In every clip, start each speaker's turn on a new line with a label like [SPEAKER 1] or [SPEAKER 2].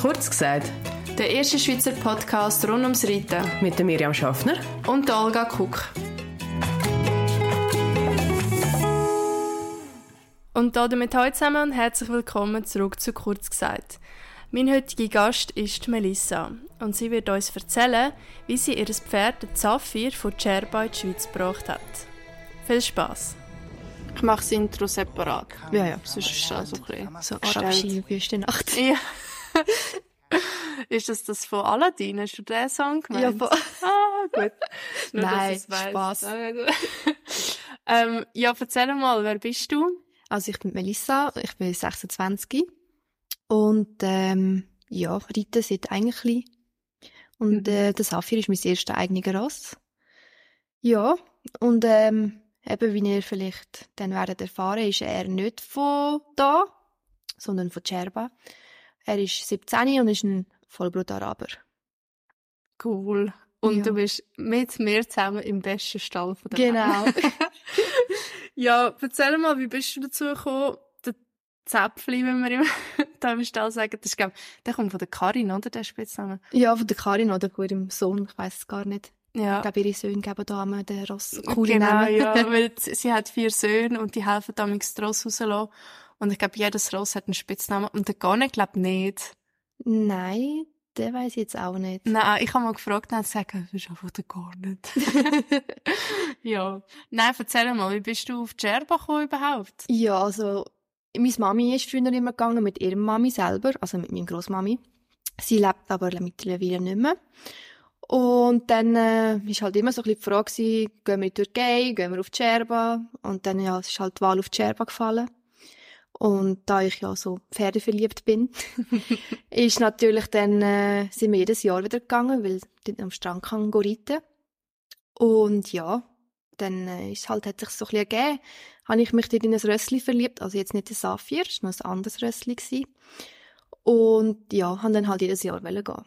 [SPEAKER 1] Kurz gesagt
[SPEAKER 2] Der erste Schweizer Podcast rund ums Reiten
[SPEAKER 1] mit der Miriam Schaffner.
[SPEAKER 2] und der Olga Kuck. Und damit heute zusammen und herzlich willkommen zurück zu Kurz gesagt. Mein heutiger Gast ist die Melissa und sie wird uns erzählen, wie sie ihr Pferd den Zafir von Cerba in die Schweiz gebracht hat. Viel Spaß! Ich mache das Intro separat.
[SPEAKER 3] Ja, ja.
[SPEAKER 2] Sonst ist das so ein
[SPEAKER 3] So
[SPEAKER 2] Gestellt.
[SPEAKER 3] arabische Wüstenacht.
[SPEAKER 2] Ja. ist das das von Aladdin? Hast du den Song gemeint?
[SPEAKER 3] Ja, voll.
[SPEAKER 2] Ah, gut.
[SPEAKER 3] Nein,
[SPEAKER 2] dass ich's weiss.
[SPEAKER 3] Spass.
[SPEAKER 2] Ah, ja, gut. ähm, ja, erzähl mal, wer bist du?
[SPEAKER 3] Also ich bin Melissa, ich bin 26 und ähm, ja, reite seit eigentlich ein bisschen. Und äh, der Saphir ist mein erster eigener Ross. Ja, und ähm, eben wie ihr vielleicht dann werdet erfahren, ist er nicht von da, sondern von Cerba. Er ist 17 und ist ein Vollblut-Araber.
[SPEAKER 2] Cool. Und
[SPEAKER 3] Ja.
[SPEAKER 2] du bist mit mir zusammen im besten Stall von der Welt.
[SPEAKER 3] Genau.
[SPEAKER 2] Ja, erzähl mal, wie bist du dazu gekommen? Der Zäpfli, wenn wir im, da im Stall sagen, das ist, glaub, der kommt von der Karin, oder? Der Spitzname.
[SPEAKER 3] ja, von der Karin oder von ihrem Sohn, ich weiß es gar nicht.
[SPEAKER 2] Ja.
[SPEAKER 3] Ich glaube, ihre Söhne geben da immer den Ross coole
[SPEAKER 2] Ah. genau,
[SPEAKER 3] Namen.
[SPEAKER 2] ja, weil sie sie hat vier Söhne und die helfen damals das Ross rauslassen. Und ich glaube, jedes Ross hat einen Spitznamen. Und der Gane glaube nicht.
[SPEAKER 3] Nein, den weiß ich jetzt auch nicht.
[SPEAKER 2] Nein, ich habe mal gefragt, dann hat sie gesagt, das ist einfach der Gane. ja. Nein, erzähl mal, wie bist du auf die Scherbe gekommen überhaupt?
[SPEAKER 3] Ja, also, meine Mami ist früher immer gegangen mit ihrer Mami selber, also mit meiner Großmami. Sie lebt aber mittlerweile nicht mehr. Und dann äh, ist halt immer so ein bisschen die Frage, gewesen, gehen wir in die Türkei, gehen wir auf die Scherba? Und dann ja, es ist halt die Wahl auf die Scherba gefallen. Und da ich ja so pferdeverliebt bin, ist natürlich dann, äh, sind wir jedes Jahr wieder gegangen, weil dort am Strand kann man reiten. Und ja, dann äh, ist halt, hat sich so ein bisschen ergeben, habe ich mich dort in ein Rössli verliebt. Also jetzt nicht ein Saphir, es war noch ein anderes Rössli. Gewesen. Und ja, habe dann halt jedes Jahr wollen gehen.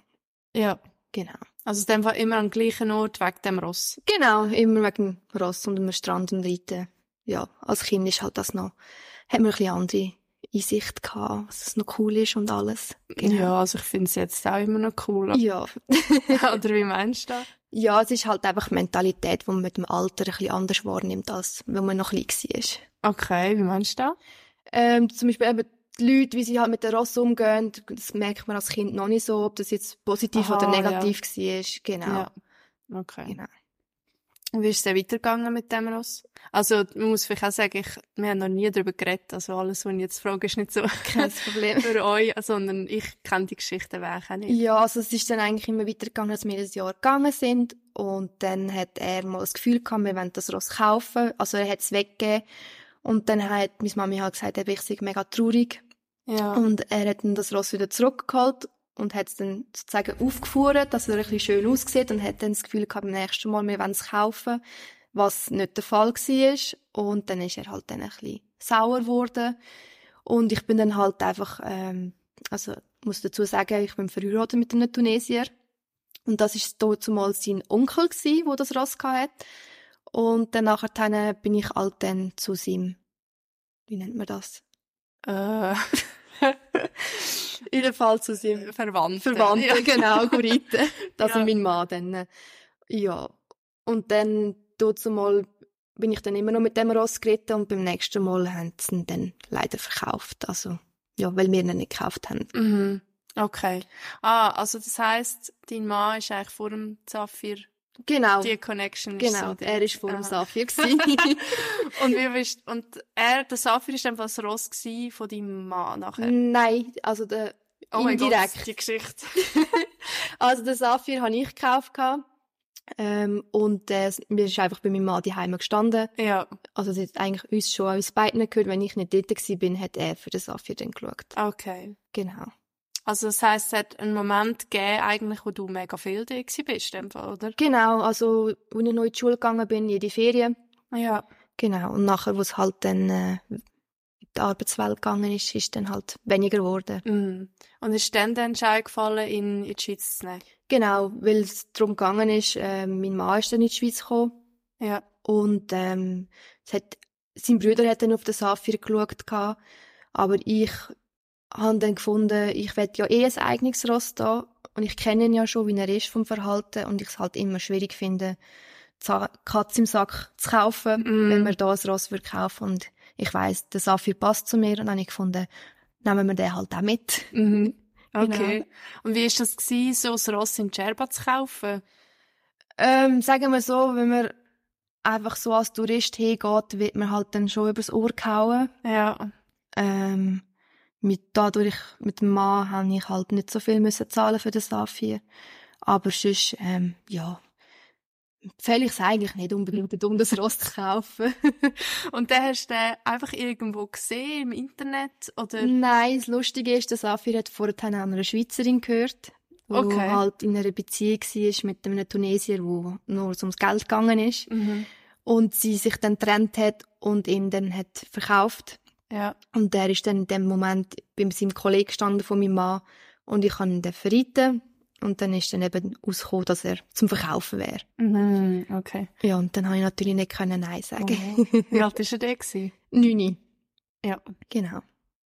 [SPEAKER 2] Ja.
[SPEAKER 3] Genau.
[SPEAKER 2] Also in dem Fall immer am gleichen Ort wegen dem Ross.
[SPEAKER 3] Genau, immer wegen dem Ross und dem Strand und Reiten. Ja, als Kind ist halt das noch, hat man ein bisschen andere Einsicht gehabt, dass es noch cool ist und alles.
[SPEAKER 2] Ja, also ich finde es jetzt auch immer noch cool.
[SPEAKER 3] Ja.
[SPEAKER 2] Oder wie meinst du das?
[SPEAKER 3] Ja, es ist halt einfach die Mentalität, die man mit dem Alter ein bisschen anders wahrnimmt, als wenn man noch klein war.
[SPEAKER 2] Okay, wie meinst du das?
[SPEAKER 3] Ähm, zum Beispiel eben die Leute, wie sie halt mit den Ross umgehen, das merkt man als Kind noch nicht so, ob das jetzt positiv
[SPEAKER 2] Aha,
[SPEAKER 3] oder negativ war. Genau.
[SPEAKER 2] Ja. Okay.
[SPEAKER 3] genau.
[SPEAKER 2] Und Wie ist es denn weitergegangen mit dem Ross? Also, man muss vielleicht auch sagen, ich, wir haben noch nie darüber geredet. Also, alles, was ich jetzt frage, ist nicht so
[SPEAKER 3] Kein Problem.
[SPEAKER 2] für euch, sondern ich kenne die Geschichte weg auch nicht.
[SPEAKER 3] ja, also es ist dann eigentlich immer weitergegangen, dass wir das Jahr gegangen sind und dann hat er mal das Gefühl gehabt, wir wollen das Ross kaufen, also er hat es weggegeben und dann hat meine Mami halt gesagt, eben, ich sei mega traurig,
[SPEAKER 2] Ja.
[SPEAKER 3] Und er hat dann das Ross wieder zurückgeholt und hat es dann sozusagen aufgefuhren, dass er ein bisschen schön aussieht und hat dann das Gefühl gehabt, beim nächsten Mal, wir wollen es kaufen, was nicht der Fall war. Und dann ist er halt dann ein bisschen sauer geworden. Und ich bin dann halt einfach, ähm, also muss dazu sagen, ich bin verheiratet mit einem Tunesier. Und das ist damals sein Onkel gsi, wo das Ross hatte. Und dann nachher dann bin ich halt dann zu seinem, wie nennt man das?
[SPEAKER 2] Äh. In dem Fall zu seinem Verwandten.
[SPEAKER 3] Verwandte,
[SPEAKER 2] Ja.
[SPEAKER 3] genau, Guriten. Das
[SPEAKER 2] Ja.
[SPEAKER 3] ist mein Mann dann. Ja. Und dann, mal bin ich dann immer noch mit dem Ross geritten und beim nächsten Mal haben sie ihn dann leider verkauft. Also, ja, weil wir ihn nicht gekauft haben.
[SPEAKER 2] Mhm. Okay. Ah, also, das heisst, dein Mann ist eigentlich vor dem Zafir,
[SPEAKER 3] Genau.
[SPEAKER 2] die Connection ist
[SPEAKER 3] genau.
[SPEAKER 2] so. die- Ah.
[SPEAKER 3] er ist vor dem
[SPEAKER 2] Aha.
[SPEAKER 3] Saphir gewesen.
[SPEAKER 2] Und wie bist, und er, der Safir ist einfach das Ross gewesen von deinem Mann nachher. Oh
[SPEAKER 3] Nein, also der,
[SPEAKER 2] mein
[SPEAKER 3] indirekt.
[SPEAKER 2] Gott, die Geschichte.
[SPEAKER 3] also den Saphir habe ich gekauft. gehabt. Ähm, und äh, mir ist einfach bei meinem Mann die Heime gestanden.
[SPEAKER 2] Ja,
[SPEAKER 3] Also, das hat eigentlich uns schon uns beiden gehört. Wenn ich nicht dort war, hat er für den Saphir dann geschaut.
[SPEAKER 2] okay.
[SPEAKER 3] Genau.
[SPEAKER 2] Also das heisst, es hat einen Moment gegeben, eigentlich, wo du mega viel da gewesen bist, in dem Fall, oder?
[SPEAKER 3] Genau, also, als ich neu in die Schule gegangen bin, jede Ferien.
[SPEAKER 2] Ja.
[SPEAKER 3] Genau. Und nachher, wo es halt dann äh, in die Arbeitswelt gegangen ist, ist dann halt weniger geworden.
[SPEAKER 2] Mhm. Und ist dann der Entscheid gefallen, ihn in die Schweiz zu nehmen?
[SPEAKER 3] Genau, weil es darum gegangen ist, äh, mein Mann ist dann in die Schweiz gekommen.
[SPEAKER 2] Ja.
[SPEAKER 3] Und ähm, es hat, sein Bruder hat dann auf den Saphir geschaut. gehabt, Aber ich habe dann gefunden, ich werde ja eh ein eigenes Ross da und ich kenne ihn ja schon, wie er ist vom Verhalten und ich es halt immer schwierig finde, Za- Katz im Sack zu kaufen,
[SPEAKER 2] Mm.
[SPEAKER 3] wenn man da ein Ross würde kaufen und ich weiß, der Saphir passt zu mir und dann habe ich gefunden, nehmen wir den halt auch mit.
[SPEAKER 2] Mhm. Okay. Und wie ist das gewesen, so ein Ross in Cerba zu kaufen?
[SPEAKER 3] Ähm, sagen wir so, wenn man einfach so als Tourist hingeht, wird man halt dann schon übers Ohr gehauen.
[SPEAKER 2] Ja.
[SPEAKER 3] Ähm, mit, dadurch, mit dem Mann habe ich halt nicht so viel müssen zahlen für den Saphir. Aber sonst, ähm, ja, empfehle ich es eigentlich nicht unbedingt, um das Ross zu kaufen.
[SPEAKER 2] Und dann hast du den einfach irgendwo gesehen im Internet oder?
[SPEAKER 3] Nein, das Lustige ist, der Saphir hat vorher an einer Schweizerin gehört, die
[SPEAKER 2] Okay.
[SPEAKER 3] halt in einer Beziehung war mit einem Tunesier, wo nur ums Geld gegangen ist.
[SPEAKER 2] Mhm.
[SPEAKER 3] Und sie sich dann getrennt hat und ihn dann hat verkauft.
[SPEAKER 2] Ja.
[SPEAKER 3] Und der ist dann in dem Moment bei seinem Kollegen gestanden von meinem Mann und ich kann ihn dann verreiten. Und dann ist dann eben rausgekommen, dass er zum Verkaufen wäre.
[SPEAKER 2] Mhm. Okay.
[SPEAKER 3] Ja, und dann habe ich natürlich nicht können Nein sagen.
[SPEAKER 2] Oh. Wie alt war er denn? gewesen?
[SPEAKER 3] Neuni.
[SPEAKER 2] Ja.
[SPEAKER 3] Genau.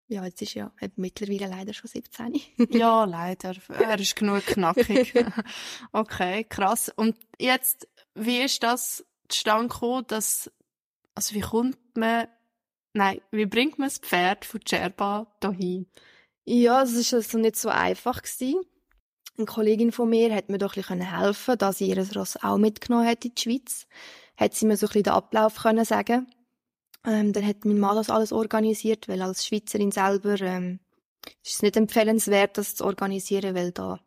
[SPEAKER 3] Ja, jetzt ist ja eben mittlerweile leider schon 17.
[SPEAKER 2] Ja, leider. Er ist genug knackig. okay, krass. Und jetzt, wie ist das zustande gekommen, dass, also wie kommt man, nein, wie bringt man das Pferd von Cerba dahin?
[SPEAKER 3] ja, es ist also nicht so einfach gewesen. Eine Kollegin von mir hat mir doch ein bisschen helfen da sie ihr Ross auch mitgenommen hat in die Schweiz. Hat sie mir so ein bisschen den Ablauf können sagen ähm, Dann hat mein Mann das alles organisiert, weil als Schweizerin selber ähm, ist es nicht empfehlenswert, das zu organisieren, weil da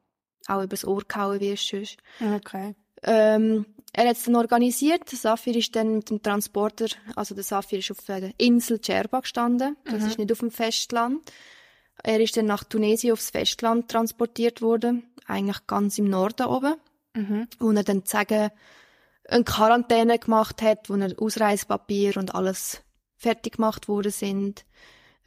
[SPEAKER 3] auch übers Ohr gehauen wirst sonst.
[SPEAKER 2] Okay.
[SPEAKER 3] Ähm, er hat es dann organisiert. Der Safir ist dann mit dem Transporter, also der Safir ist auf der Insel Djerba gestanden. Das
[SPEAKER 2] Mhm.
[SPEAKER 3] ist nicht auf dem Festland. Er ist dann nach Tunesien aufs Festland transportiert worden. Eigentlich ganz im Norden oben.
[SPEAKER 2] Mhm.
[SPEAKER 3] Wo er dann sagen, eine Quarantäne gemacht hat, wo er Ausreisepapier und alles fertig gemacht worden sind.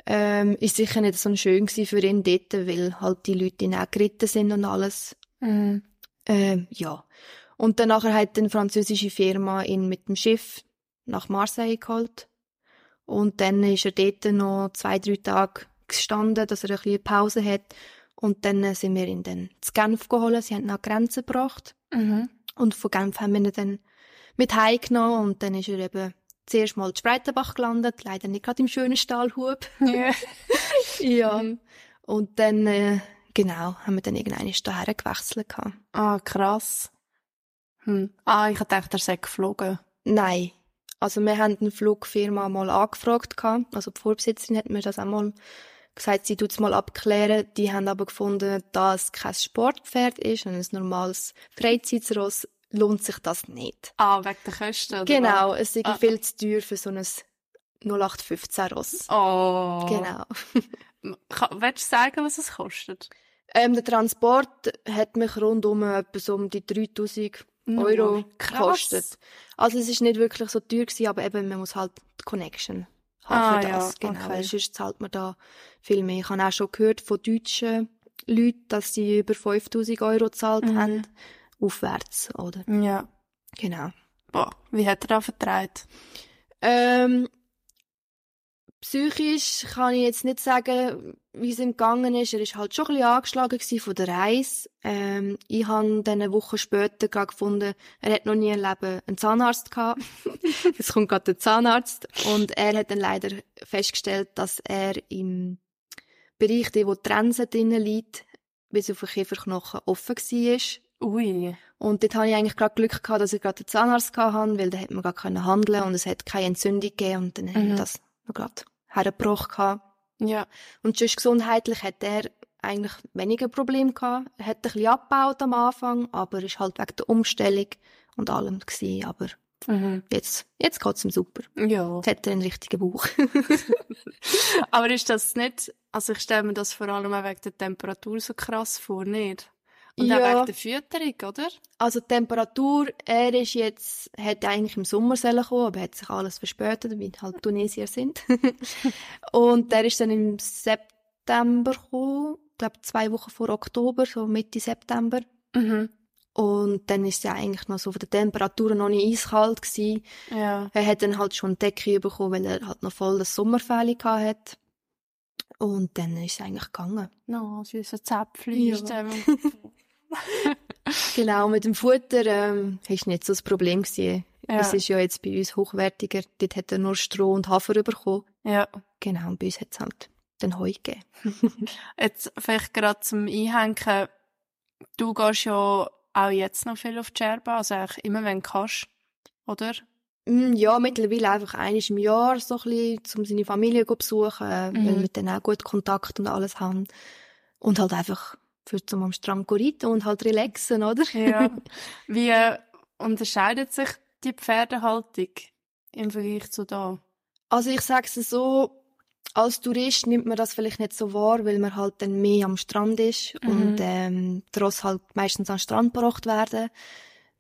[SPEAKER 3] Ähm, ist sicher nicht so schön gewesen für ihn dort, weil halt die Leute ihn auch geritten sind und alles.
[SPEAKER 2] Mhm.
[SPEAKER 3] Ähm, ja. Und dann nachher hat eine französische Firma ihn mit dem Schiff nach Marseille geholt. Und dann ist er dort noch zwei, drei Tage gestanden, dass er ein bisschen Pause hat. Und dann äh, sind wir ihn dann zu Genf geholt. Sie haben ihn an die Grenze gebracht.
[SPEAKER 2] Mhm.
[SPEAKER 3] Und von Genf haben wir ihn dann mit heimgenommen. Und dann ist er eben zuerst mal in Spreitenbach gelandet. Leider nicht gerade im schönen Stahlhub.
[SPEAKER 2] Ja.
[SPEAKER 3] Ja. Und dann, äh, genau, haben wir dann irgendwann hierher gewechselt. gehabt.
[SPEAKER 2] Ah, krass. Hm. Ah, ich dachte, er sei geflogen.
[SPEAKER 3] Nein. Also wir haben eine Flugfirma mal angefragt, gehabt. also die Vorbesitzerin hat mir das auch mal gesagt, sie tut's mal abklären. Die haben aber gefunden, da es kein Sportpferd ist und ein normales Freizeitsross, lohnt sich das nicht.
[SPEAKER 2] Ah, wegen der Kosten, oder
[SPEAKER 3] Genau, es ist
[SPEAKER 2] Ah.
[SPEAKER 3] viel zu teuer für so ein 0815-Ross.
[SPEAKER 2] was? Oh.
[SPEAKER 3] Genau.
[SPEAKER 2] Kann, willst du sagen, was es kostet?
[SPEAKER 3] Ähm, der Transport hat mich rundum etwas um die 3000 Euro
[SPEAKER 2] Krass.
[SPEAKER 3] gekostet. Also es ist nicht wirklich so teuer gewesen, aber eben, man muss halt die Connection
[SPEAKER 2] Ah,
[SPEAKER 3] haben für
[SPEAKER 2] ja,
[SPEAKER 3] das. genau.
[SPEAKER 2] okay.
[SPEAKER 3] Weil sonst zahlt man da viel mehr. Ich habe auch schon gehört von deutschen Leuten, dass sie über 5000 Euro gezahlt
[SPEAKER 2] Mhm.
[SPEAKER 3] haben. Aufwärts, oder?
[SPEAKER 2] Ja.
[SPEAKER 3] Genau.
[SPEAKER 2] Boah, wie hat er da vertreibt?
[SPEAKER 3] Ähm, psychisch kann ich jetzt nicht sagen, wie es ihm gegangen ist. Er ist halt schon ein bisschen angeschlagen gewesen von der Reise. Ähm, ich habe dann eine Woche später gerade gefunden, er hat noch nie im Leben einen Zahnarzt gehabt. jetzt kommt gerade der Zahnarzt. Und er hat dann leider festgestellt, dass er im Bereich, der wo die Trense drinnen liegt, bis auf den Kieferknochen offen war.
[SPEAKER 2] Ui.
[SPEAKER 3] Und dort hatte ich eigentlich gerade Glück gehabt, dass ich gerade den Zahnarzt gehabt habe, weil da hat man gerade können handeln und es hat keine Entzündung gegeben und dann haben
[SPEAKER 2] Mhm.
[SPEAKER 3] wir das noch gerade hergebracht gehabt.
[SPEAKER 2] Ja.
[SPEAKER 3] Und sonst gesundheitlich hat er eigentlich weniger Probleme gehabt. Er hat ein bisschen abgebaut am Anfang, aber ist halt wegen der Umstellung und allem gewesen. Aber
[SPEAKER 2] Mhm.
[SPEAKER 3] jetzt, jetzt geht's ihm super.
[SPEAKER 2] Ja.
[SPEAKER 3] Jetzt hat er einen richtigen Bauch.
[SPEAKER 2] Aber ist das nicht, also ich stelle mir das vor allem auch wegen der Temperatur so krass vor, nicht? Und auch wegen der Fütterung, oder?
[SPEAKER 3] Also die Temperatur, er ist jetzt, hätte eigentlich im Sommer sollen kommen, aber hat sich alles verspätet, weil halt Tunesier sind. und der ist dann im September gekommen, ich glaube zwei Wochen vor Oktober, so Mitte September.
[SPEAKER 2] Mhm.
[SPEAKER 3] Und dann ist ja eigentlich noch so von der Temperatur noch nicht eiskalt gewesen.
[SPEAKER 2] Ja.
[SPEAKER 3] Er hat dann halt schon eine Decke bekommen, weil er halt noch voll das Sommerfell gehabt hat. Und dann ist es eigentlich gegangen.
[SPEAKER 2] No, süße Zäpfchen.
[SPEAKER 3] Ja.
[SPEAKER 2] ist einfach-
[SPEAKER 3] Genau, mit dem Futter ähm, ist nicht so das Problem gewesen.
[SPEAKER 2] Ja.
[SPEAKER 3] Es ist ja jetzt bei uns hochwertiger. Dort hat er nur Stroh und Hafer bekommen.
[SPEAKER 2] ja.
[SPEAKER 3] Genau, und bei uns hat es halt dann Heu gegeben.
[SPEAKER 2] Jetzt vielleicht gerade zum Einhängen. Du gehst ja auch jetzt noch viel auf die Scherben, also eigentlich immer wenn du kannst, oder?
[SPEAKER 3] Mm, Ja, mittlerweile einfach einiges im Jahr so ein bisschen, um seine Familie zu besuchen, äh,
[SPEAKER 2] Mhm.
[SPEAKER 3] weil wir dann auch gut Kontakt und alles haben. Und halt einfach für zum am Strand zu reiten und halt relaxen, oder?
[SPEAKER 2] Ja. Wie äh, unterscheidet sich die Pferdehaltung im Vergleich zu da?
[SPEAKER 3] Also ich sage es so, als Tourist nimmt man das vielleicht nicht so wahr, weil man halt dann mehr am Strand ist
[SPEAKER 2] Mhm.
[SPEAKER 3] und ähm, die Ross halt meistens am Strand gebracht werden.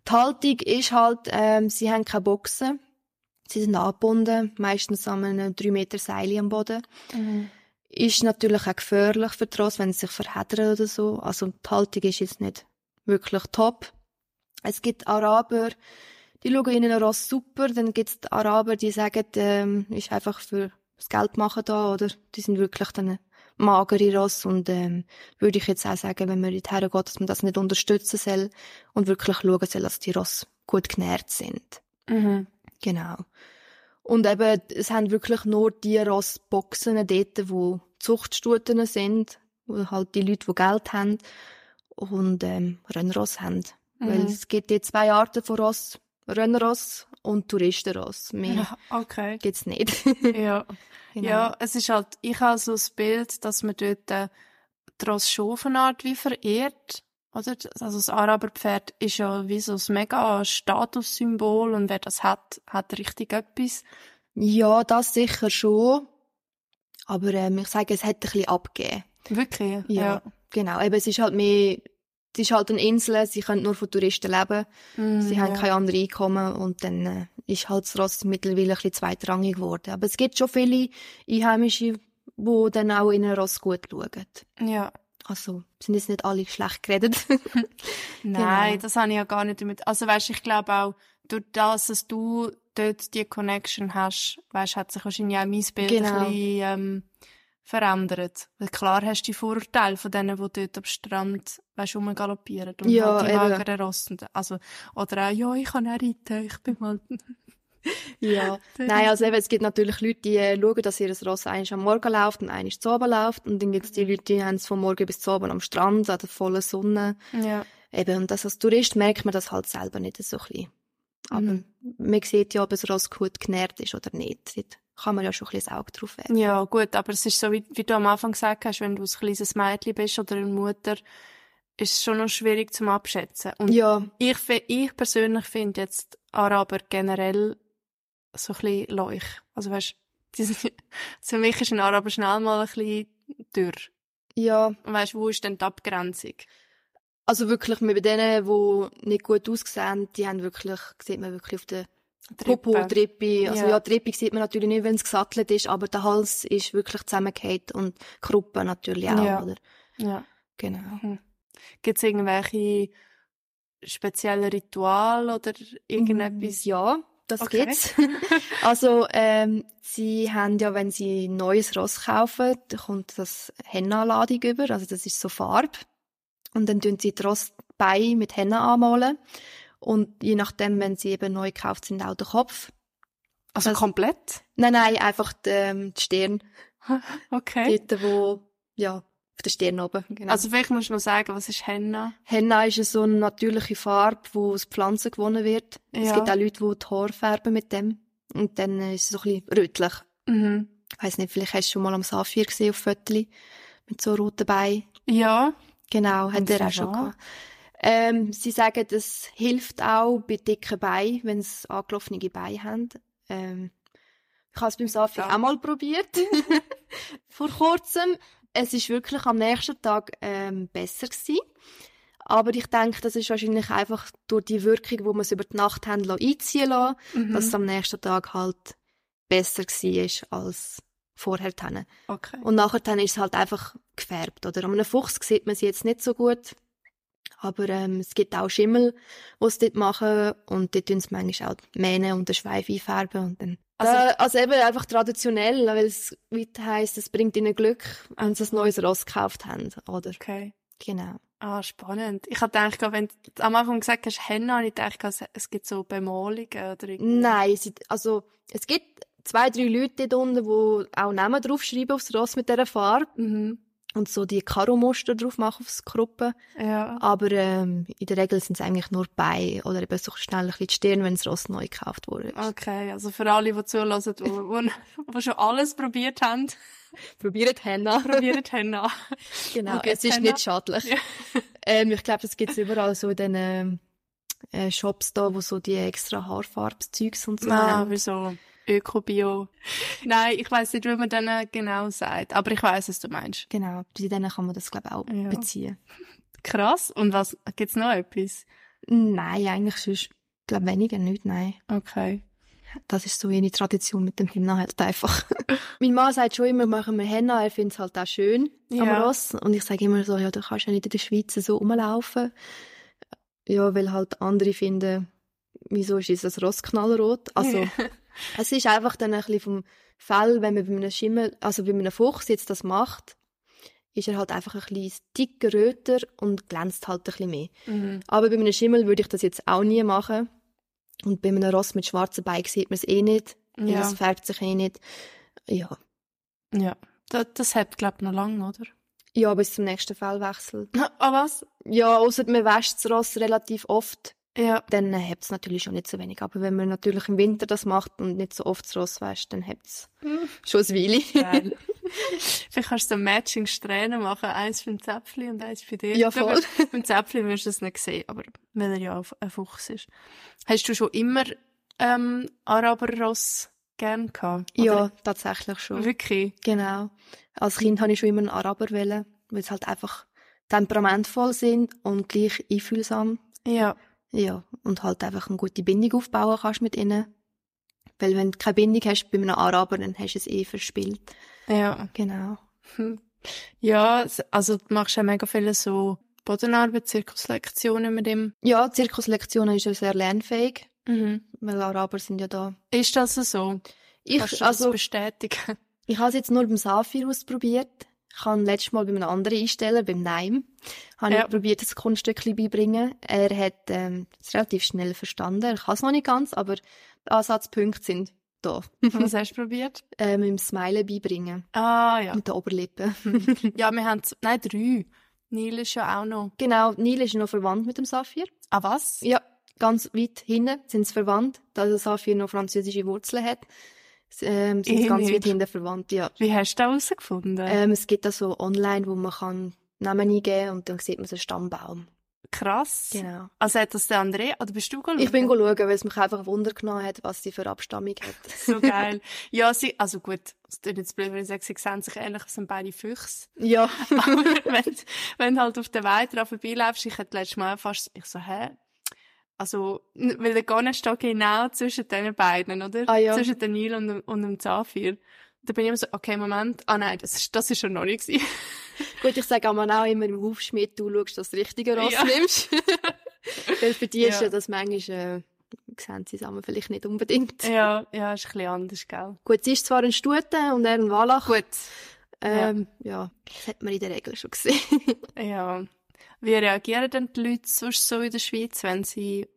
[SPEAKER 3] Die Haltung ist halt, ähm, sie haben keine Boxen, sie sind angebunden, meistens an einem 3 Meter Seil am Boden.
[SPEAKER 2] Mhm.
[SPEAKER 3] Ist natürlich auch gefährlich für die Ross, wenn sie sich verheddern oder so. Also die Haltung ist jetzt nicht wirklich top. Es gibt Araber, die schauen ihnen ein Ross super, dann gibt es Araber, die sagen, ähm, ist einfach für das Geld machen da, oder? Die sind wirklich dann magere Ross und ähm, würde ich jetzt auch sagen, wenn man dorthin geht, dass man das nicht unterstützen soll und wirklich schauen soll, dass die Ross gut genährt sind.
[SPEAKER 2] Mhm.
[SPEAKER 3] Genau. Und eben, es haben wirklich nur die Rossboxen dort, wo Zuchtstuten sind, wo halt die Leute, die Geld haben und ähm, Rennross haben. Weil
[SPEAKER 2] Mhm.
[SPEAKER 3] es gibt die zwei Arten von Ross, Rennross und Touristenross. Mehr
[SPEAKER 2] Ja, okay.
[SPEAKER 3] gibt's nicht. Genau.
[SPEAKER 2] Ja. ja, es ist halt, ich habe so das Bild, dass man dort äh, die Rossschofenart wie verehrt. Oder? Also das Araberpferd ist ja wie so ein mega Statussymbol und wer das hat, hat richtig etwas.
[SPEAKER 3] ja, das sicher schon. Aber ähm, ich sage, es hat ein bisschen abgegeben.
[SPEAKER 2] Wirklich?
[SPEAKER 3] Ja, genau. Eben, es ist halt mehr, es ist halt eine Insel, sie können nur von Touristen leben.
[SPEAKER 2] Mm,
[SPEAKER 3] Sie haben
[SPEAKER 2] ja.
[SPEAKER 3] kein anderes Einkommen und dann äh, ist halt das Ross mittlerweile ein bisschen zweitrangig geworden. Aber es gibt schon viele Einheimische, die dann auch in ein Ross gut schauen.
[SPEAKER 2] Ja.
[SPEAKER 3] Also sind jetzt nicht alle schlecht geredet.
[SPEAKER 2] Nein,
[SPEAKER 3] Genau.
[SPEAKER 2] das habe ich ja gar nicht damit. Also weißt, ich glaube auch, durch das, dass du dort die Connection hast, weißt, hat sich wahrscheinlich auch mein Bild
[SPEAKER 3] Genau.
[SPEAKER 2] ein bisschen ähm, verändert. Weil klar hast du die Vorurteile von denen, die dort am Strand, weißt, rumgaloppieren und
[SPEAKER 3] Ja,
[SPEAKER 2] halt die
[SPEAKER 3] eben.
[SPEAKER 2] mageren Rossen. Also, oder auch, ja, ich kann auch reiten, ich bin mal...
[SPEAKER 3] ja. Nein, also eben, es gibt natürlich Leute, die äh, schauen, dass ihr Ross eins am Morgen läuft und eins zu Abend läuft. Und dann gibt es die Leute, die haben es von morgen bis zu Abend am Strand, an der vollen Sonne.
[SPEAKER 2] Ja.
[SPEAKER 3] Eben, und das als Tourist merkt man das halt selber nicht so ein bisschen. Aber
[SPEAKER 2] Mhm.
[SPEAKER 3] man sieht ja, ob ein Ross gut genährt ist oder nicht. Dort kann man ja schon ein bisschen das Auge drauf werfen.
[SPEAKER 2] Ja, gut, aber es ist so, wie, wie du am Anfang gesagt hast, wenn du ein kleines Mädchen bist oder eine Mutter, ist es schon noch schwierig zum Abschätzen. Und
[SPEAKER 3] Ja,
[SPEAKER 2] Ich, fi- ich persönlich finde jetzt Araber generell so ein bisschen leuch. Also weißt, die sind, für mich ist ein Araber schnell mal ein bisschen dürr.
[SPEAKER 3] ja.
[SPEAKER 2] Und weißt, wo ist denn die Abgrenzung?
[SPEAKER 3] Also wirklich, bei denen, die nicht gut aussehen, die haben wirklich, sieht man wirklich auf der
[SPEAKER 2] Trippe.
[SPEAKER 3] Popo-Trippi. Also
[SPEAKER 2] Ja.
[SPEAKER 3] ja, Trippi sieht man natürlich nicht, wenn es gesattelt ist, aber der Hals ist wirklich zusammengehakt und die Kruppe natürlich auch,
[SPEAKER 2] Ja.
[SPEAKER 3] oder?
[SPEAKER 2] Ja.
[SPEAKER 3] Genau.
[SPEAKER 2] Gibt es irgendwelche speziellen Rituale oder irgendetwas?
[SPEAKER 3] Ja, das
[SPEAKER 2] Mhm. Okay.
[SPEAKER 3] gibt's. also, ähm, sie haben ja, wenn sie ein neues Ross kaufen, dann kommt das Henna-Ladung über, also das ist so Farbe. Und dann tun sie die Rossbeine mit Henna anmalen. Und je nachdem, wenn sie eben neu gekauft sind, auch den Kopf.
[SPEAKER 2] Also
[SPEAKER 3] das-
[SPEAKER 2] komplett?
[SPEAKER 3] Nein, nein, einfach die, ähm, die Stirn.
[SPEAKER 2] Okay.
[SPEAKER 3] Dort, wo, ja, auf der Stirn oben. Genau.
[SPEAKER 2] Also vielleicht musst du noch sagen, was ist Henna?
[SPEAKER 3] Henna ist ja so eine natürliche Farbe, die aus Pflanzen gewonnen wird. Es
[SPEAKER 2] Ja.
[SPEAKER 3] gibt auch Leute, die die Haare färben mit dem. Und dann äh, ist es so ein bisschen rötlich.
[SPEAKER 2] Mhm.
[SPEAKER 3] Ich weiss nicht, vielleicht hast du schon mal am Saphir gesehen auf Fötli mit so roten Beinen.
[SPEAKER 2] Ja.
[SPEAKER 3] Genau, hat
[SPEAKER 2] Und
[SPEAKER 3] er
[SPEAKER 2] für
[SPEAKER 3] auch schon
[SPEAKER 2] was?
[SPEAKER 3] gehabt. Ähm, sie sagen, das hilft auch bei dicken Beinen, wenn sie angelaufene Beine haben. Ähm, ich habe es beim Safi
[SPEAKER 2] Ja.
[SPEAKER 3] auch mal probiert. Vor kurzem. Es ist wirklich am nächsten Tag ähm, besser gewesen. Aber ich denke, das ist wahrscheinlich einfach durch die Wirkung, wo man es über die Nacht haben lassen, einziehen lassen,
[SPEAKER 2] Mhm.
[SPEAKER 3] dass es am nächsten Tag halt besser war als vorher. Hin.
[SPEAKER 2] okay.
[SPEAKER 3] Und nachher dann ist es halt einfach gefärbt, oder? An einem Fuchs sieht man sie jetzt nicht so gut. Aber ähm, es gibt auch Schimmel, die sie dort machen. Und dort tun sie manchmal auch die Mähne und den Schweif einfärben. Und dann Also, da, also eben einfach traditionell, weil es weit heisst, es bringt ihnen Glück, wenn sie ein neues Ross gekauft haben, oder?
[SPEAKER 2] Okay.
[SPEAKER 3] Genau.
[SPEAKER 2] Ah, spannend. Ich habe gedacht, wenn du am Anfang gesagt hast, Henna, habe ich gedacht, es- es gibt so Bemalungen oder irgendwie.
[SPEAKER 3] Nein, sie, also es gibt zwei, drei Leute dort unten, die auch Namen draufschreiben aufs Ross mit dieser Farbe
[SPEAKER 2] Mhm.
[SPEAKER 3] und so die Karo-Muster drauf machen aufs Gruppe.
[SPEAKER 2] Ja.
[SPEAKER 3] Aber ähm, in der Regel sind es eigentlich nur bei oder eben so schnell ein bisschen die Stirn, wenn das Ross neu gekauft wurde.
[SPEAKER 2] Okay, also für alle, die zulassen, die, die, die schon alles probiert haben,
[SPEAKER 3] Probiert Henna.
[SPEAKER 2] probiert Henna.
[SPEAKER 3] Genau,
[SPEAKER 2] Okay,
[SPEAKER 3] es ist
[SPEAKER 2] Henna.
[SPEAKER 3] nicht schadlich.
[SPEAKER 2] Ja.
[SPEAKER 3] ähm, ich glaube, das gibt's überall so in den ähm, äh, Shops da, wo so die extra Haarfarbszeugs und so
[SPEAKER 2] Ah,
[SPEAKER 3] haben.
[SPEAKER 2] wieso? Öko-Bio. Nein, ich weiß nicht, wie man denen genau sagt, aber ich weiß, was du meinst.
[SPEAKER 3] Genau, bei denen kann man das glaube ich auch
[SPEAKER 2] Ja.
[SPEAKER 3] beziehen.
[SPEAKER 2] Krass. Und was, gibt's noch etwas?
[SPEAKER 3] Nein, eigentlich sonst, glaube weniger nicht, nein.
[SPEAKER 2] Okay.
[SPEAKER 3] Das ist so eine Tradition mit dem Henna halt einfach. mein Mann sagt schon immer, machen wir Henna, er findet es halt auch schön am
[SPEAKER 2] Ja.
[SPEAKER 3] Ross. Und ich sage immer so, ja, du kannst ja nicht in der Schweiz so rumlaufen. Ja, weil halt andere finden, wieso ist das Ross knallrot? Also, es ist einfach dann ein bisschen vom Fell, wenn man bei einem Schimmel, also bei einem Fuchs jetzt das macht, ist er halt einfach ein bisschen dicker, röter und glänzt halt ein bisschen mehr.
[SPEAKER 2] Mhm.
[SPEAKER 3] Aber bei einem Schimmel würde ich das jetzt auch nie machen. Und bei einem Ross mit schwarzen Beinen sieht man es eh nicht. Ja.
[SPEAKER 2] Ja.
[SPEAKER 3] Es färbt sich eh nicht. Ja.
[SPEAKER 2] Ja. Das, das hat, glaub ich, noch lange, oder?
[SPEAKER 3] Ja, bis zum nächsten Fellwechsel.
[SPEAKER 2] Ah, was?
[SPEAKER 3] Ja, außer man wäscht das Ross relativ oft,
[SPEAKER 2] Ja.
[SPEAKER 3] dann hebt es natürlich schon nicht so wenig. Aber wenn man natürlich im Winter das macht und nicht so oft das Ross wäscht, dann hebt es schon eine Weile.
[SPEAKER 2] Geil. Vielleicht kannst du so Matching-Strähnen machen. Eins für den Zäpfli und eins für dich.
[SPEAKER 3] Ja, voll.
[SPEAKER 2] Beim Zäpfli wirst du es nicht sehen, aber wenn er ja ein Fuchs ist. Hast du schon immer ähm, Araberross gern gehabt?
[SPEAKER 3] ja, tatsächlich
[SPEAKER 2] Oder-
[SPEAKER 3] schon.
[SPEAKER 2] Wirklich?
[SPEAKER 3] Genau. Als Kind habe ich schon immer einen Araber wählen, weil sie halt einfach temperamentvoll sind und gleich einfühlsam.
[SPEAKER 2] Ja.
[SPEAKER 3] Ja, und halt einfach eine gute Bindung aufbauen kannst mit ihnen. Weil wenn du keine Bindung hast bei einem Araber, dann hast du es eh verspielt.
[SPEAKER 2] Ja.
[SPEAKER 3] Genau.
[SPEAKER 2] Hm. Ja, s- also du machst ja mega viele so Bodenarbeit, Zirkuslektionen mit ihm.
[SPEAKER 3] Ja, Zirkuslektionen ist ja sehr lernfähig,
[SPEAKER 2] Mhm.
[SPEAKER 3] weil Araber sind ja da.
[SPEAKER 2] Ist das so? Kannst
[SPEAKER 3] Ich,
[SPEAKER 2] du das
[SPEAKER 3] also,
[SPEAKER 2] bestätigen?
[SPEAKER 3] ich habe es jetzt nur beim Saphir ausprobiert. Ich habe letztes Mal bei einem anderen Einsteller, beim Naim, habe
[SPEAKER 2] Ja.
[SPEAKER 3] ich probiert, das Kunststückchen beibringen. Er hat ähm, es relativ schnell verstanden. Er kann es noch nicht ganz, aber die Ansatzpunkte sind da.
[SPEAKER 2] Was hast du probiert?
[SPEAKER 3] Ähm, im Smile beibringen.
[SPEAKER 2] Ah, ja.
[SPEAKER 3] Mit der Oberlippe.
[SPEAKER 2] Ja, wir haben, z- nein, drei. Nil ist ja auch noch.
[SPEAKER 3] Genau, Nil ist noch verwandt mit dem Saphir.
[SPEAKER 2] Ah, was?
[SPEAKER 3] Ja, ganz weit hinten sind sie verwandt, da der Saphir noch französische Wurzeln hat. s- Ähm, sind
[SPEAKER 2] Eh
[SPEAKER 3] sie ganz
[SPEAKER 2] nicht.
[SPEAKER 3] weit hinten verwandt, ja.
[SPEAKER 2] Wie hast du das herausgefunden?
[SPEAKER 3] Ähm, es gibt da so online, wo man kann Namen eingeben und dann sieht man so einen Stammbaum.
[SPEAKER 2] Krass.
[SPEAKER 3] Genau.
[SPEAKER 2] Also hat das der André, oder bist du geschaut?
[SPEAKER 3] Ich bin go schauen, weil es mich einfach Wunder genommen hat, was sie für Abstammung hat.
[SPEAKER 2] So geil. Ja, sie, also gut, es tut jetzt blöd, wenn ich sage, sie sehen sich ähnlich, es sind beide Füchse.
[SPEAKER 3] ja.
[SPEAKER 2] Aber wenn, wenn du halt auf der Weide dran vorbeiläufst, ich hatte letztes Mal fast, ich so, hä? Also, n- weil der Gonne steht genau zwischen den beiden, oder?
[SPEAKER 3] Ah, ja.
[SPEAKER 2] Zwischen dem Nil und, dem- und dem Zafir. Da bin ich immer so, okay, Moment, ah nein, das ist, das ist schon noch nicht gewesen.
[SPEAKER 3] Gut, ich sage aber auch immer im Hufschmied, du schaust, dass du das richtige Ross
[SPEAKER 2] Ja.
[SPEAKER 3] nimmst. weil für die ist
[SPEAKER 2] Ja.
[SPEAKER 3] ja das manchmal, äh, sehen sie zusammen vielleicht nicht unbedingt.
[SPEAKER 2] Ja, ja, ist ein bisschen anders, gell?
[SPEAKER 3] Gut, sie ist zwar ein Stute und er ein Wallach.
[SPEAKER 2] Gut.
[SPEAKER 3] Ähm, ja. das hat man in der Regel schon gesehen.
[SPEAKER 2] Ja. Wie reagieren denn die Leute sonst so in der Schweiz, wenn sie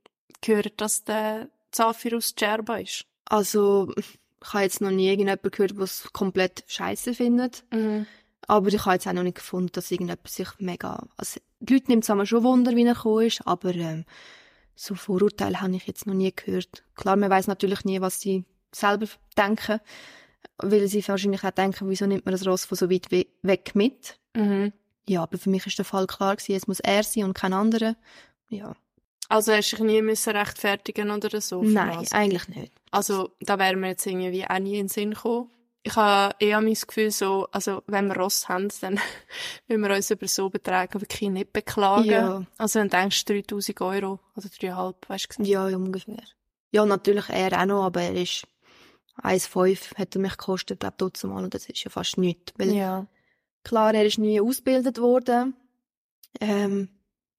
[SPEAKER 2] hören, dass der Zafir aus Djerba ist?
[SPEAKER 3] Also, ich habe jetzt noch nie irgendjemanden gehört, der es komplett scheiße findet.
[SPEAKER 2] Mhm.
[SPEAKER 3] Aber ich habe jetzt auch noch nicht gefunden, dass irgendjemand sich mega... Also, die Leute nehmen es einmal schon Wunder, wie er gekommen ist, aber ähm, so Vorurteile habe ich jetzt noch nie gehört. Klar, man weiß natürlich nie, was sie selber denken, weil sie wahrscheinlich auch denken, wieso nimmt man das Ross von so weit we weg mit.
[SPEAKER 2] Mhm.
[SPEAKER 3] Ja, aber für mich ist der Fall klar gewesen, es muss er sein und kein anderer. Ja,
[SPEAKER 2] Also hast du dich nie müssen rechtfertigen oder so? für
[SPEAKER 3] nein,
[SPEAKER 2] was?
[SPEAKER 3] eigentlich nicht.
[SPEAKER 2] Also da wäre mir jetzt irgendwie auch nie in den Sinn gekommen. Ich habe eher mein Gefühl so, also wenn wir Ross haben, dann müssen wir uns über so Beträge wirklich nicht beklagen.
[SPEAKER 3] Ja.
[SPEAKER 2] Also wenn du denkst, 3000 Euro oder 3,5, weißt du?
[SPEAKER 3] Ja, ja, ungefähr. Ja, natürlich er auch noch, aber er ist 1,5 hat er mich gekostet, glaube ich, trotzdem mal. Und das ist ja fast nichts. Weil
[SPEAKER 2] Ja.
[SPEAKER 3] klar, er ist nie ausgebildet worden. Ähm,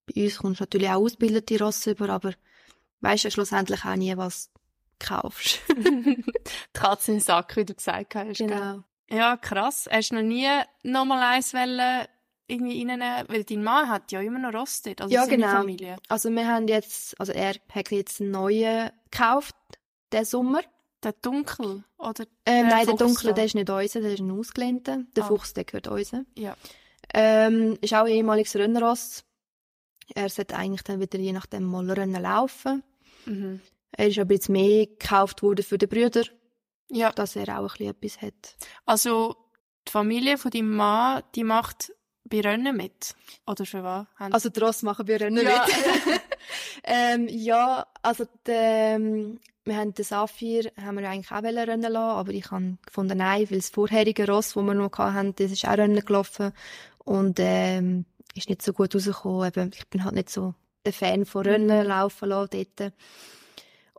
[SPEAKER 3] bei uns kommst du natürlich auch ausgebildete Ross über, aber weisst ja schlussendlich auch nie, was kaufst.
[SPEAKER 2] Die Katze im Sack, wie du gesagt hast. gell?
[SPEAKER 3] genau.
[SPEAKER 2] Ja, krass. Hast du noch nie nochmal eins wollen, irgendwie reinnehmen? Weil dein Mann hat ja immer noch rostet. Also
[SPEAKER 3] Ja,
[SPEAKER 2] seine
[SPEAKER 3] genau.
[SPEAKER 2] Familie.
[SPEAKER 3] Also wir haben jetzt, also er hat jetzt einen neuen gekauft, den Sommer.
[SPEAKER 2] Der Dunkel, oder?
[SPEAKER 3] Ähm,
[SPEAKER 2] Der
[SPEAKER 3] nein, der
[SPEAKER 2] Fuchs
[SPEAKER 3] dunkle,
[SPEAKER 2] da.
[SPEAKER 3] der ist nicht unser, der ist ein ausgelehnter. Der
[SPEAKER 2] Äh, Ah.
[SPEAKER 3] Fuchs, der gehört uns.
[SPEAKER 2] Ja.
[SPEAKER 3] Ähm, ist auch ein ehemaliges Rennross. Er sollte eigentlich dann wieder je nachdem mal Rennen laufen.
[SPEAKER 2] Mhm.
[SPEAKER 3] Er ist aber jetzt mehr gekauft worden für den Brüder,
[SPEAKER 2] Ja.
[SPEAKER 3] dass er auch ein bisschen etwas hat.
[SPEAKER 2] Also, die Familie von deinem Mann, die macht bei Rennen mit. Oder für was? Haben-
[SPEAKER 3] Also die Ross machen wir Rennen
[SPEAKER 2] Ja.
[SPEAKER 3] mit. ähm, ja, also die, ähm, wir haben den Saphir haben wir eigentlich auch wollen rennen lassen, aber ich habe gefunden, nein, weil das vorherige Ross, das wir noch hatten, das ist auch Rennen gelaufen und ähm, ist nicht so gut rausgekommen. Eben, ich bin halt nicht so ein Fan
[SPEAKER 2] Mhm.
[SPEAKER 3] von Rennen laufen lassen dort.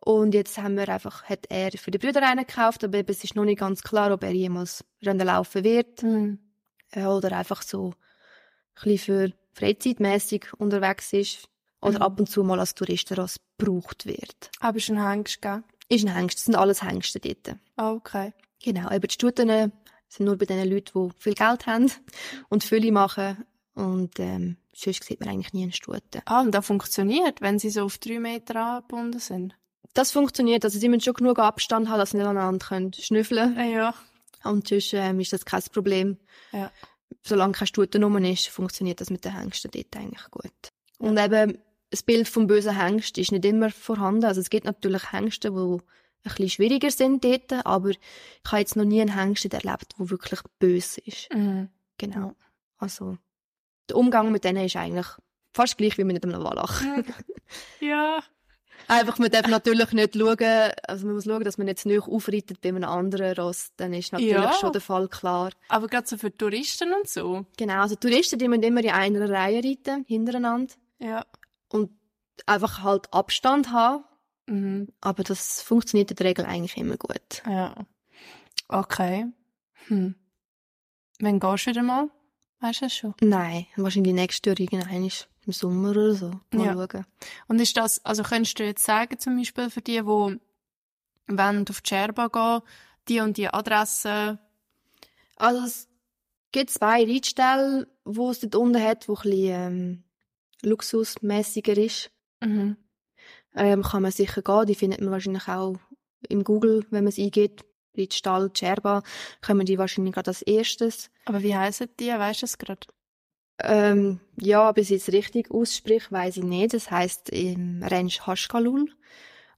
[SPEAKER 3] Und jetzt haben wir einfach, hat er für die Brüder einen gekauft, aber eben, es ist noch nicht ganz klar, ob er jemals Rennen laufen wird.
[SPEAKER 2] Mhm.
[SPEAKER 3] Ja, äh, oder einfach so ein bisschen für freizeitmäßig unterwegs ist oder
[SPEAKER 2] Mhm.
[SPEAKER 3] ab und zu mal als Touristenross gebraucht wird.
[SPEAKER 2] Aber schon Hengst, gell?
[SPEAKER 3] Ist ein Hengst, das sind alles Hengste dort.
[SPEAKER 2] Ah, okay.
[SPEAKER 3] Genau, aber die Stuten sind nur bei den Leuten, die viel Geld haben und Fülle machen und ähm, sonst sieht man eigentlich nie einen Stuten.
[SPEAKER 2] Ah, und das funktioniert, wenn sie so auf drei Meter angebunden sind.
[SPEAKER 3] Das funktioniert, also sie müssen schon genug Abstand haben, dass sie nicht aneinander können schnüffeln
[SPEAKER 2] Ah, ja.
[SPEAKER 3] und sonst ähm, ist das kein Problem.
[SPEAKER 2] Ja.
[SPEAKER 3] Solange kein Stuten rum ist, funktioniert das mit den Hengsten dort eigentlich gut. Und eben, das Bild vom bösen Hengst ist nicht immer vorhanden. Also es gibt natürlich Hengste, die ein bisschen schwieriger sind dort, aber ich habe jetzt noch nie einen Hengst erlebt, der wirklich böse ist.
[SPEAKER 2] Mhm.
[SPEAKER 3] Genau. Also, der Umgang mit denen ist eigentlich fast gleich wie mit einem Wallach.
[SPEAKER 2] Ja.
[SPEAKER 3] Einfach, man darf natürlich nicht schauen, also man muss schauen, dass man nicht zu nahe aufreitet bei einem anderen Ross, dann ist natürlich
[SPEAKER 2] Ja.
[SPEAKER 3] schon der Fall klar.
[SPEAKER 2] Aber gerade so für Touristen und so.
[SPEAKER 3] Genau, also Touristen, die müssen immer in einer Reihe reiten, hintereinander.
[SPEAKER 2] Ja.
[SPEAKER 3] Und einfach halt Abstand haben.
[SPEAKER 2] Mhm.
[SPEAKER 3] Aber das funktioniert in der Regel eigentlich immer gut.
[SPEAKER 2] Ja. Okay. Hm. Wann gehst du wieder mal? Weißt du das schon?
[SPEAKER 3] Nein, wahrscheinlich nächstes Jahr irgendwann ist im Sommer oder so. Mal
[SPEAKER 2] Ja.
[SPEAKER 3] schauen.
[SPEAKER 2] Und ist das, also könntest du jetzt sagen, zum Beispiel für die, wo wenn auf die Scherba gehen, die und die Adresse,
[SPEAKER 3] Also es gibt zwei Reitställe, wo es dort unten hat, wo ein bisschen ähm, luxusmäßiger ist.
[SPEAKER 2] mhm.
[SPEAKER 3] Ähm, kann man sicher gehen, die findet man wahrscheinlich auch im Google, wenn man es eingeht. Reitstall, Cerba, kommen die wahrscheinlich gerade als erstes.
[SPEAKER 2] aber wie heissen die, weißt du es gerade?
[SPEAKER 3] Ähm, ja, ob ich es jetzt richtig ausspreche, weiß ich nicht. Das heißt im Ranch Haschkalul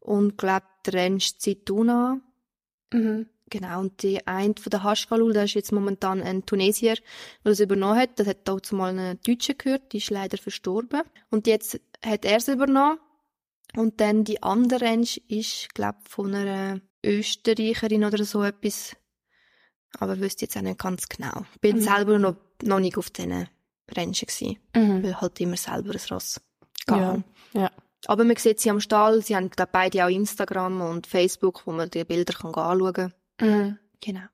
[SPEAKER 3] und glaube Ranch Zituna.
[SPEAKER 2] Mhm.
[SPEAKER 3] Genau, und die eine von der Haschkalul, der ist jetzt momentan ein Tunesier, der das übernommen hat. Das hat dazu mal eine Deutsche gehört, die ist leider verstorben. Und jetzt hat er es übernommen. Und dann die andere Ranch ist, glaub von einer Österreicherin oder so etwas. Aber wüsste jetzt auch nicht ganz genau. Bin
[SPEAKER 2] Mhm.
[SPEAKER 3] selber noch, noch nicht auf diesen Ranchen gewesen.
[SPEAKER 2] Mhm.
[SPEAKER 3] Weil halt immer selber ein Ross
[SPEAKER 2] Ja.
[SPEAKER 3] gegangen.
[SPEAKER 2] ja.
[SPEAKER 3] Aber man sieht sie am Stall. Sie haben, glaub beide auch Instagram und Facebook, wo man die Bilder kann anschauen kann.
[SPEAKER 2] Mhm.
[SPEAKER 3] Genau.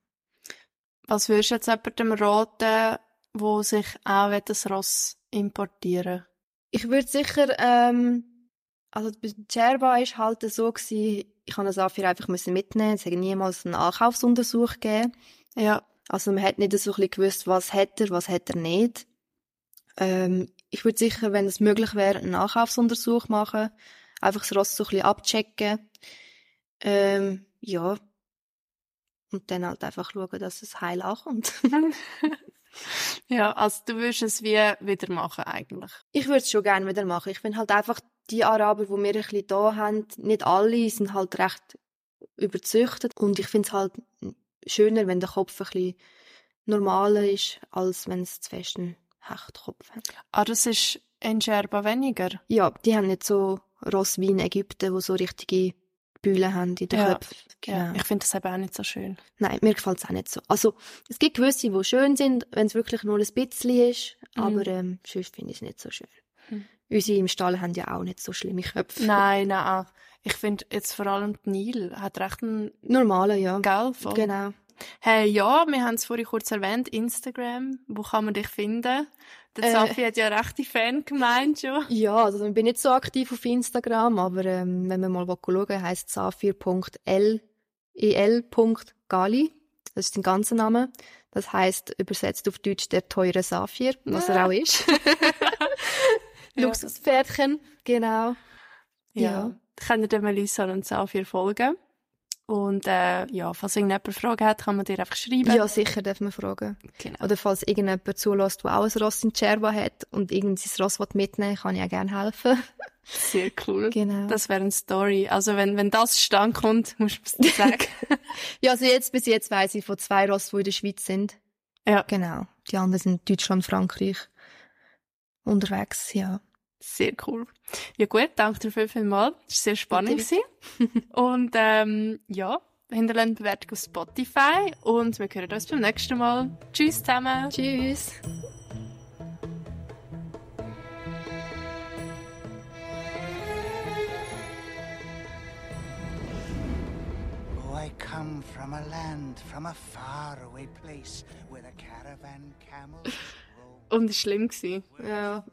[SPEAKER 2] Was würdest du jetzt jemandem raten, wo sich auch das Ross importieren
[SPEAKER 3] Ich würde sicher, ähm, also bei Cerba ist halt so gewesen, ich habe das Saphir einfach müssen mitnehmen. Es hat niemals einen Ankaufsuntersuch gegeben.
[SPEAKER 2] will? Ja.
[SPEAKER 3] Also man hat nicht so ein bisschen gewusst, was hat er, was hat er nicht. Ähm, ich würde sicher, wenn es möglich wäre, einen Ankaufsuntersuch machen. Einfach das Ross so ein bisschen abchecken. Ähm, ja. Und dann halt einfach schauen, dass es heil ankommt.
[SPEAKER 2] ja, also du würdest es wie wieder machen eigentlich.
[SPEAKER 3] Ich würde es schon gerne wieder machen. Ich finde halt einfach, die Araber, die wir ein bisschen da haben, nicht alle sind halt recht überzüchtet. Und ich finde es halt schöner, wenn der Kopf ein bisschen normaler ist, als wenn es zu fest einen Hechtkopf hat.
[SPEAKER 2] Ah, das ist in Scherba weniger.
[SPEAKER 3] Ja, die haben nicht so Ross wie in Ägypten, wo so richtige Bühlen haben in den
[SPEAKER 2] Ja.
[SPEAKER 3] Köpfen. Genau.
[SPEAKER 2] Ich finde das eben auch nicht so schön.
[SPEAKER 3] Nein, mir gefällt es auch nicht so. Also, es gibt gewisse, die schön sind, wenn es wirklich nur ein bisschen ist,
[SPEAKER 2] Mhm.
[SPEAKER 3] aber ähm, sonst finde ich es nicht so schön.
[SPEAKER 2] Mhm.
[SPEAKER 3] Unsere im Stall haben ja auch nicht so schlimme Köpfe.
[SPEAKER 2] Nein, nein. Ich finde jetzt vor allem die Nil hat recht einen
[SPEAKER 3] Normale, ja.
[SPEAKER 2] Gell voll.
[SPEAKER 3] Genau.
[SPEAKER 2] Hey, ja, wir haben es vorhin kurz erwähnt, Instagram. Wo kann man dich finden? Der
[SPEAKER 3] Äh.
[SPEAKER 2] Safi hat ja eine rechte Fan gemeint schon.
[SPEAKER 3] Ja, also ich bin nicht so aktiv auf Instagram, aber ähm, wenn man mal schauen will, heisst safir.lel.gali. Das ist sein ganzer Name. Das heisst übersetzt auf Deutsch der teure Saphir, was er
[SPEAKER 2] Ah.
[SPEAKER 3] auch ist.
[SPEAKER 2] Ja.
[SPEAKER 3] Luxuspferdchen, genau. Ja.
[SPEAKER 2] Da könnt ihr dem Melissa und Safi folgen. Und äh, ja, falls irgendjemand Fragen hat, kann man dir einfach schreiben.
[SPEAKER 3] Ja, sicher darf man fragen.
[SPEAKER 2] Genau.
[SPEAKER 3] Oder falls irgendjemand zulässt, der auch ein Ross in Cerva hat und irgend sein Ross will mitnehmen kann ich auch gerne helfen.
[SPEAKER 2] Sehr cool.
[SPEAKER 3] Genau.
[SPEAKER 2] Das wäre eine Story. Also wenn, wenn das stand kommt, musst du es sagen.
[SPEAKER 3] ja, also jetzt bis jetzt weiss ich von zwei Ross, die in der Schweiz sind.
[SPEAKER 2] Ja.
[SPEAKER 3] Genau. Die anderen sind in Deutschland, Frankreich unterwegs, ja.
[SPEAKER 2] Sehr cool. Ja gut, danke dir viel, viel mal. Es war sehr spannend. gewesen. Und ähm, ja, hinterlassen Bewertung auf Spotify und wir hören uns beim nächsten Mal. Tschüss zusammen.
[SPEAKER 3] Tschüss.
[SPEAKER 1] Oh, I come from a land, from a faraway place where the caravan camels roam.
[SPEAKER 2] Und es war schlimm. Gewesen.
[SPEAKER 3] Ja.